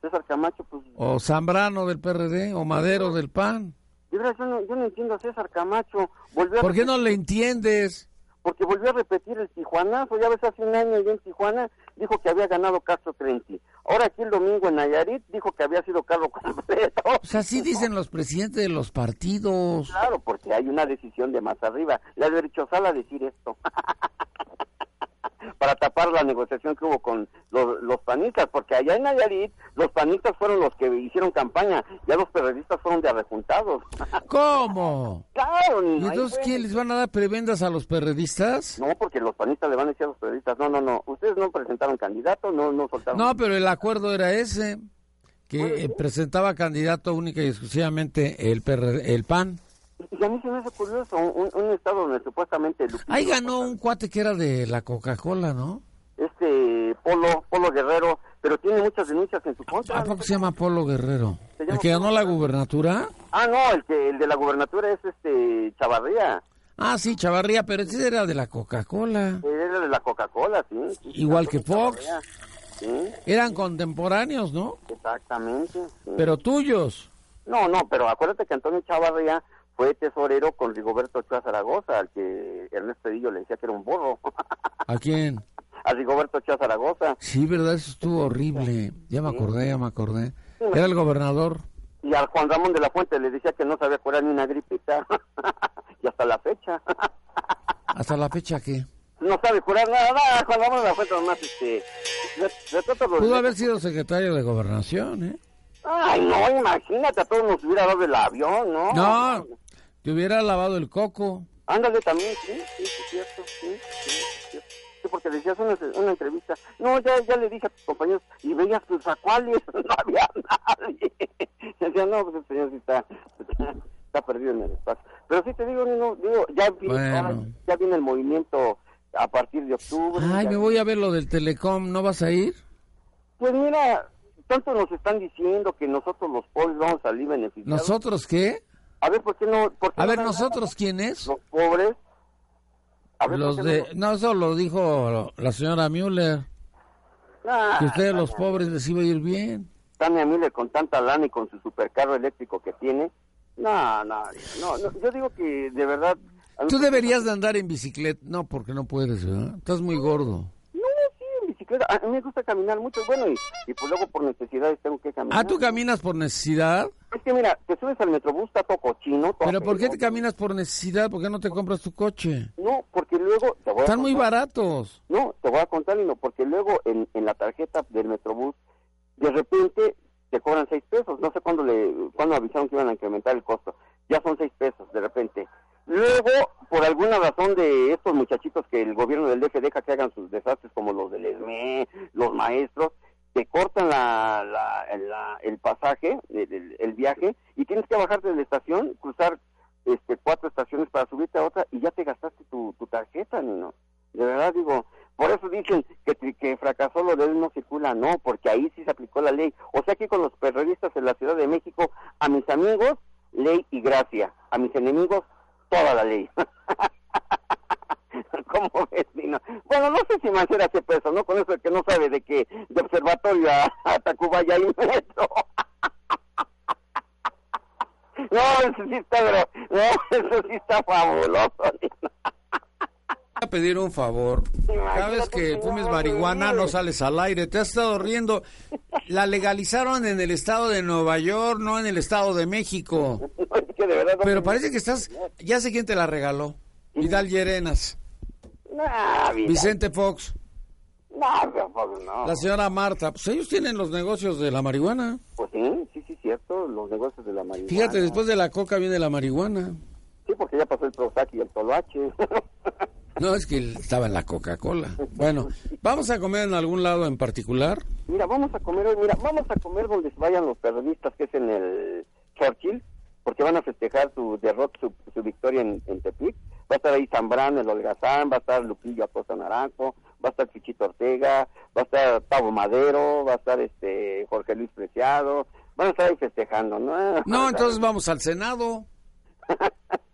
Speaker 3: César Camacho, pues...
Speaker 2: O Zambrano del PRD, o Madero del PAN.
Speaker 3: De verdad, yo no, yo no entiendo a César Camacho. Volvió a
Speaker 2: ¿Por qué no le entiendes?
Speaker 3: porque volvió a repetir el Tijuanazo, ya ves hace un año allá en Tijuana dijo que había ganado Castro Trenti, ahora aquí el domingo en Nayarit dijo que había sido Carlos completo.
Speaker 2: O sea, así dicen los presidentes de los partidos.
Speaker 3: Claro, porque hay una decisión de más arriba, le ha dicho Sala decir esto. Para tapar la negociación que hubo con los, los panistas, porque allá en Nayarit los panistas fueron los que hicieron campaña, ya los periodistas fueron de arrejuntados.
Speaker 2: ¿Cómo?
Speaker 3: claro,
Speaker 2: ¿Y
Speaker 3: no hay
Speaker 2: entonces
Speaker 3: juez.
Speaker 2: quién les van a dar prebendas a los perredistas?
Speaker 3: No, porque los panistas le van a decir a los periodistas, no, no, no, ustedes no presentaron candidato, no, no soltaron.
Speaker 2: No, pero el acuerdo era ese, que eh, presentaba candidato única y exclusivamente el, PRD, el PAN.
Speaker 3: Y a mí se me hace curioso, un, un estado donde supuestamente... Lupillo-
Speaker 2: Ahí ganó un cuate que era de la Coca-Cola, ¿no?
Speaker 3: Este Polo, Polo Guerrero, pero tiene muchas denuncias en su contra.
Speaker 2: ¿A poco se llama Polo Guerrero?
Speaker 3: Se llama
Speaker 2: ¿El que ganó la gubernatura?
Speaker 3: Ah, no, el, que, el de la gubernatura es este Chavarría,
Speaker 2: Ah, sí, Chavarría, pero ese era de la Coca-Cola.
Speaker 3: era de la Coca-Cola, sí. sí,
Speaker 2: Igual que
Speaker 3: Antonio
Speaker 2: Fox.
Speaker 3: Chavarría. Sí,
Speaker 2: Eran contemporáneos, ¿no?
Speaker 3: exactamente. sí.
Speaker 2: Pero tuyos.
Speaker 3: No, no, pero acuérdate que Antonio Chavarría fue tesorero con Rigoberto Ochoa Zaragoza, al que Ernesto Edillo le decía que era un borro.
Speaker 2: ¿A quién?
Speaker 3: a Rigoberto Ochoa Zaragoza.
Speaker 2: Sí, verdad, eso estuvo horrible. Ya me acordé, ya me acordé. Era el gobernador.
Speaker 3: Y a Juan Ramón de la Fuente le decía que no sabía curar ni una gripita. y hasta la fecha.
Speaker 2: Hasta la fecha que...
Speaker 3: no sabe curar nada, nada, Juan Ramón de la Fuente nomás este re- retrata los-
Speaker 2: Pudo haber sido secretario de gobernación, ¿eh?
Speaker 3: Ay, no, imagínate, a todos nos hubiera dado el avión, ¿no?
Speaker 2: No, te hubiera lavado el coco.
Speaker 3: Ándale también, sí, sí, sí, cierto, sí, sí, cierto. Sí, porque decías una, una entrevista. No, ya, ya le dije a tus compañeros, y veías tus acuales, no había nadie. Decía, no, pues el señor sí está, está perdido en el espacio. Pero sí te digo, no, digo ya, viene,
Speaker 2: Bueno.
Speaker 3: ahora ya viene el movimiento a partir de octubre.
Speaker 2: Ay,
Speaker 3: ya-
Speaker 2: me voy a ver lo del Telecom, ¿no vas a ir?
Speaker 3: Pues mira, tanto nos están diciendo que nosotros los pobres vamos a salir beneficiados.
Speaker 2: ¿Nosotros qué?
Speaker 3: A ver, ¿por qué no? por qué
Speaker 2: A
Speaker 3: no
Speaker 2: ver,
Speaker 3: dan nada?
Speaker 2: ¿nosotros quién es?
Speaker 3: Los pobres. A ver,
Speaker 2: Los
Speaker 3: ¿por qué
Speaker 2: de... No, eso lo dijo la señora Müller,
Speaker 3: no? Ah,
Speaker 2: que ustedes los pobres les iba a ir bien.
Speaker 3: Tania Miller con tanta lana y con su supercarro eléctrico que tiene. No, no, no, no, yo digo que de verdad
Speaker 9: Tú deberías de andar en bicicleta. No, porque no puedes, ¿verdad? Estás muy gordo.
Speaker 3: No, sí, en bicicleta. A mí me gusta caminar mucho. Bueno, y, y pues luego por necesidades tengo que caminar.
Speaker 9: Ah, ¿tú caminas por necesidad?
Speaker 3: Es que mira, te subes al metrobús, está todo cochino. todo
Speaker 9: ¿Pero por qué te
Speaker 3: pelón.
Speaker 9: caminas por necesidad? ¿Por qué no te compras tu coche?
Speaker 3: No, porque luego... Te voy a
Speaker 9: Están muy
Speaker 3: contar-
Speaker 9: baratos.
Speaker 3: No, te voy a contar, Lino, porque luego en, en la tarjeta del Metrobús, de repente te cobran seis pesos. No sé cuándo le cuándo avisaron que iban a incrementar el costo. Ya son seis pesos, de repente. Luego, por alguna razón de estos muchachitos que el gobierno del DF deja que hagan sus desastres, como los del ESME, los maestros, te cortan la, la- la- el pasaje, el, el- el viaje, y tienes que bajarte de la estación, cruzar este, cuatro estaciones para subirte a otra, y ya te gastaste tu, tu tarjeta, Nino. De verdad digo, por eso dicen que, tri- que fracasó lo de él no circula, no, porque ahí sí se aplicó la ley. O sea que con los periodistas en la Ciudad de México, a mis amigos, ley y gracia. A mis enemigos, toda la ley. ¿Cómo ves, Nino? Bueno, no sé si Mancera hace peso, ¿no? Con eso de que no sabe de que de observatorio a, a Tacubaya hay metro. No, eso sí está, pero- no, eso sí está fabuloso, Nino.
Speaker 9: Voy a pedir un favor.
Speaker 2: Cada vez que fumes marihuana no sales al aire. Te has estado riendo. La legalizaron en el estado de Nueva York, no en el estado de México.
Speaker 3: Es que de verdad no
Speaker 2: Pero parece que estás... Ya sé quién te la regaló. Vidal Llerenas,
Speaker 3: Nah, mira.
Speaker 2: Vicente Fox,
Speaker 3: Nah, tampoco, no.
Speaker 2: la señora Marta. Pues ellos tienen los negocios de la marihuana.
Speaker 3: Pues sí, sí, sí, cierto. Los negocios de la marihuana.
Speaker 2: Fíjate, después de la coca viene la marihuana.
Speaker 3: Sí, porque ya pasó el Prozac y el Toloache.
Speaker 2: No, es que él estaba en la Coca-Cola. Bueno, ¿vamos a comer en algún lado en particular?
Speaker 3: mira, vamos a comer hoy. Mira, vamos a comer donde vayan los periodistas, que es en el Churchill, porque van a festejar su derrota, su, su victoria en, en Tepic. Va a estar ahí Zambrano, el Holgazán, va a estar Lupillo Acosta Naranjo, va a estar Chichito Ortega, va a estar Pablo Madero, va a estar este Jorge Luis Preciado. Van a estar ahí festejando, ¿no?
Speaker 2: No, entonces vamos al Senado.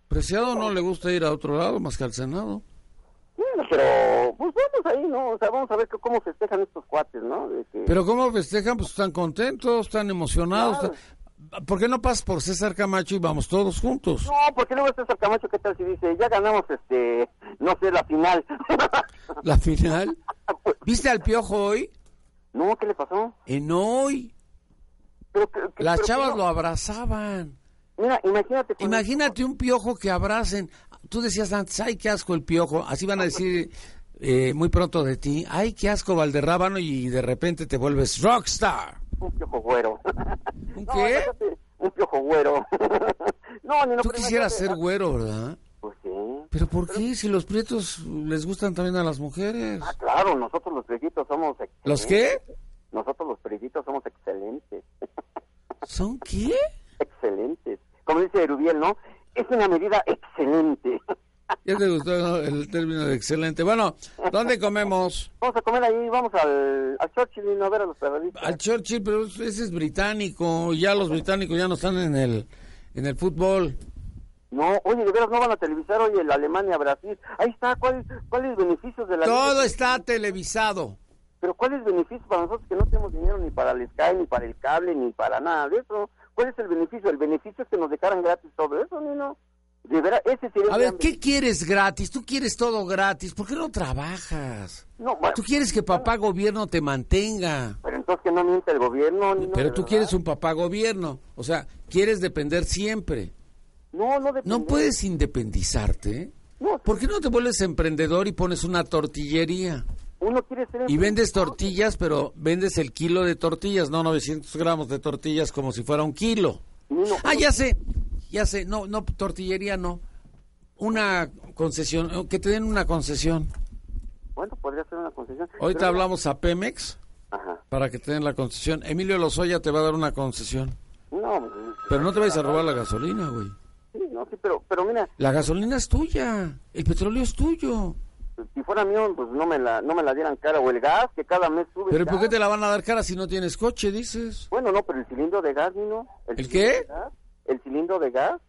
Speaker 2: Preciado no le gusta ir a otro lado más que al Senado.
Speaker 3: Bueno, pero pues vamos ahí, ¿no? O sea, vamos a ver que- cómo festejan estos cuates, ¿no? De que-
Speaker 2: Pero ¿cómo festejan? Pues están contentos, están emocionados. están- ¿Por qué no pasas por César Camacho y vamos todos juntos?
Speaker 3: No, porque luego está Camacho, ¿qué tal si dice, ya ganamos, este, no sé, la final?
Speaker 2: La final. ¿Viste al Piojo hoy?
Speaker 3: no, ¿qué le pasó?
Speaker 2: En hoy.
Speaker 3: Pero, que- que-
Speaker 2: Las
Speaker 3: pero
Speaker 2: chavas
Speaker 3: que
Speaker 2: lo
Speaker 3: no.
Speaker 2: abrazaban.
Speaker 3: Mira, imagínate. con-
Speaker 2: Imagínate un piojo que abracen. Tú decías antes, ay, qué asco el piojo. Así van a decir eh, muy pronto de ti, ay, qué asco Valderrábano y de repente te vuelves rockstar.
Speaker 3: Un piojo güero.
Speaker 2: ¿Un
Speaker 3: No,
Speaker 2: qué?
Speaker 3: imagínate, un piojo güero. no, ni no
Speaker 2: Tú quisieras ser güero, ¿verdad?
Speaker 3: Pues sí.
Speaker 2: Pero ¿por qué? Si los prietos les gustan también a las mujeres.
Speaker 3: Ah, claro, nosotros los periquitos somos excelentes.
Speaker 2: ¿Los qué?
Speaker 3: Nosotros los periquitos somos excelentes.
Speaker 2: ¿Son qué?
Speaker 3: excelentes. Como dice Erubiel, ¿no? Es una medida excelente.
Speaker 2: Ya te gustó ¿no? el término de excelente. Bueno, ¿dónde comemos?
Speaker 3: Vamos a comer ahí, vamos al, al Churchill y no a ver a los periodistas.
Speaker 2: Al Churchill, pero ese es británico. Ya los británicos ya no están en el, en el fútbol.
Speaker 3: No, oye, de veras no van a televisar hoy el Alemania-Brasil. Ahí está, ¿cuáles cuáles beneficios de la...
Speaker 2: Todo está televisado.
Speaker 3: Pero ¿cuáles beneficios para nosotros que no tenemos dinero ni para el Sky, ni para el cable, ni para nada de eso? ¿Cuál es el beneficio? El beneficio es que nos dejaran gratis todo eso, Nino. De veras, ese sería... el
Speaker 2: A ver,
Speaker 3: gran
Speaker 2: ¿qué quieres gratis? Tú quieres todo gratis. ¿Por qué no trabajas?
Speaker 3: beneficio. No, bueno,
Speaker 2: Tú quieres que papá gobierno te mantenga.
Speaker 3: pero entonces que no miente el gobierno, Nino.
Speaker 2: Pero
Speaker 3: de
Speaker 2: tú
Speaker 3: verdad.
Speaker 2: quieres un papá gobierno. O sea, quieres depender siempre.
Speaker 3: No, no depende.
Speaker 2: No puedes independizarte.
Speaker 3: No,
Speaker 2: ¿Por qué no te vuelves emprendedor y pones una tortillería?
Speaker 3: uno quiere ser...
Speaker 2: Y vendes tortillas, pero vendes el kilo de tortillas, no 900 gramos de tortillas como si fuera un kilo.
Speaker 3: Nino,
Speaker 2: Ah, ya sé, ya sé, no, no, tortillería no. Una concesión, eh, que te den una concesión.
Speaker 3: Bueno, podría ser una concesión.
Speaker 2: Ahorita
Speaker 3: Pero-
Speaker 2: hablamos a Pemex
Speaker 3: Ajá.
Speaker 2: para que te den la concesión. Emilio Lozoya te va a dar una concesión.
Speaker 3: No,
Speaker 2: Pero no te vayas a robar la gasolina, güey.
Speaker 3: sí, no, sí, pero, pero mira,
Speaker 2: La gasolina es tuya, el petróleo es tuyo.
Speaker 3: si fuera mío, pues no me la, no me la dieran cara. O el gas, que cada mes sube. el
Speaker 2: Pero ¿y ¿por qué
Speaker 3: gas.
Speaker 2: te la van a dar cara si no tienes coche, dices?
Speaker 3: Bueno, no, pero el cilindro de gas, ¿no?
Speaker 2: ¿El
Speaker 3: cilindro
Speaker 2: qué?
Speaker 3: de gas, el cilindro de gas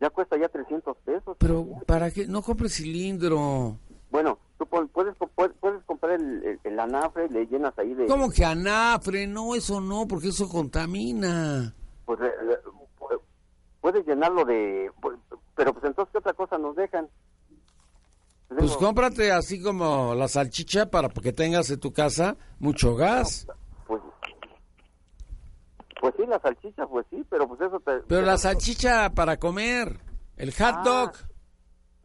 Speaker 3: ya cuesta ya 300 pesos.
Speaker 2: Pero ¿para qué? No compres cilindro.
Speaker 3: Bueno, tú pon- puedes, co- puedes, puedes comprar el, el, el anafre, le llenas ahí de...
Speaker 2: ¿Cómo que anafre? No, eso no, porque eso contamina.
Speaker 3: Pues, le- le- pu- puedes llenarlo de... pu- Pero pues entonces, ¿qué pues, otra cosa nos dejan?
Speaker 2: Pues cómprate así como la salchicha para que tengas en tu casa mucho gas.
Speaker 3: Pues, pues sí, la salchicha, pues sí, pero pues eso te...
Speaker 2: Pero la salchicha para comer, el hot dog.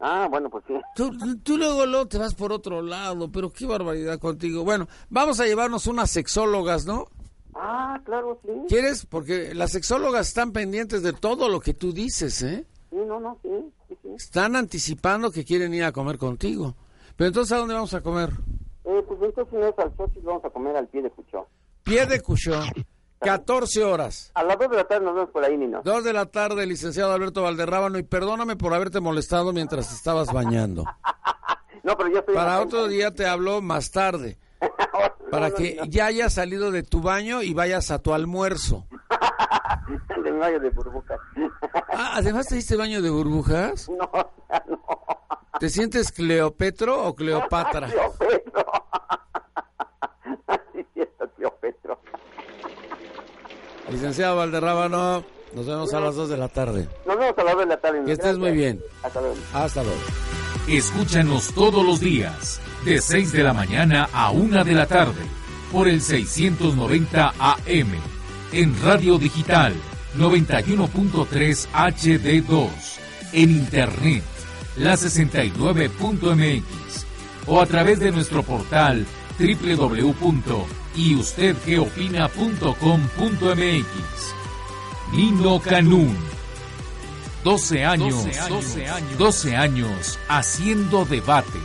Speaker 3: Ah, bueno, pues sí.
Speaker 2: Tú, tú luego, luego te vas por otro lado, pero qué barbaridad contigo. Bueno, vamos a llevarnos unas sexólogas, ¿no?
Speaker 3: Ah, claro, sí.
Speaker 2: ¿Quieres? Porque las sexólogas están pendientes de todo lo que tú dices, ¿eh?
Speaker 3: Sí, no, no, sí, sí, sí.
Speaker 2: Están anticipando que quieren ir a comer contigo. Pero entonces, ¿a dónde vamos a comer?
Speaker 3: Eh, pues entonces no es al chochis, vamos a comer al pie de cuchó.
Speaker 2: Pie de Cuchó, 14 horas.
Speaker 3: A las dos de la tarde nos vemos por ahí, Nino.
Speaker 2: Dos de la tarde, licenciado Alberto Valderrábano, y perdóname por haberte molestado mientras te estabas bañando.
Speaker 3: No, pero yo estoy...
Speaker 2: Para otro día te hablo más tarde, para
Speaker 3: No, no,
Speaker 2: que
Speaker 3: no.
Speaker 2: ya hayas salido de tu baño y vayas a tu almuerzo.
Speaker 3: Del mayo de burbujas.
Speaker 2: Ah, además te diste baño de burbujas.
Speaker 3: No, ya no.
Speaker 2: ¿Te sientes Cleopetro o Cleopatra?
Speaker 3: Tío Pedro. Sí, cierto, tío Pedro.
Speaker 2: Licenciado Valderrábano, nos vemos a las 2 de la tarde.
Speaker 3: Nos vemos a las dos de la tarde. Nino.
Speaker 2: Que estés muy
Speaker 3: Gracias.
Speaker 2: bien.
Speaker 3: Hasta luego.
Speaker 2: Hasta luego.
Speaker 1: Escúchanos todos los días, de 6 de la mañana a 1 de la tarde, por el 690 AM, en Radio Digital 91.3 HD2, en Internet, la 69.mx, o a través de nuestro portal www.yustedgeopina.com.mx. Nino Canún. 12 años, 12 años, 12 años haciendo debate.